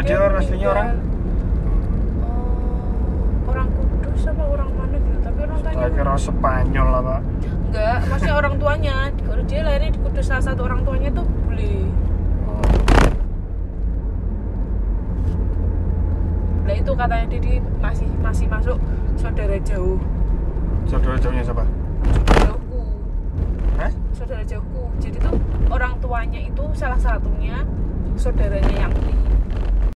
Cianjur aslinya orang Oh, orang Kudus apa orang mana gitu tapi orang tuanya saya kira Spanyol apa enggak maksudnya orang tuanya di- dia lahirnya di Kudus salah satu orang tuanya tuh bule nah itu katanya Didi masih masih masuk saudara jauh saudara jauhnya siapa saudara jauhku Hah? saudara jauhku jadi tuh orang tuanya itu salah satunya saudaranya yang di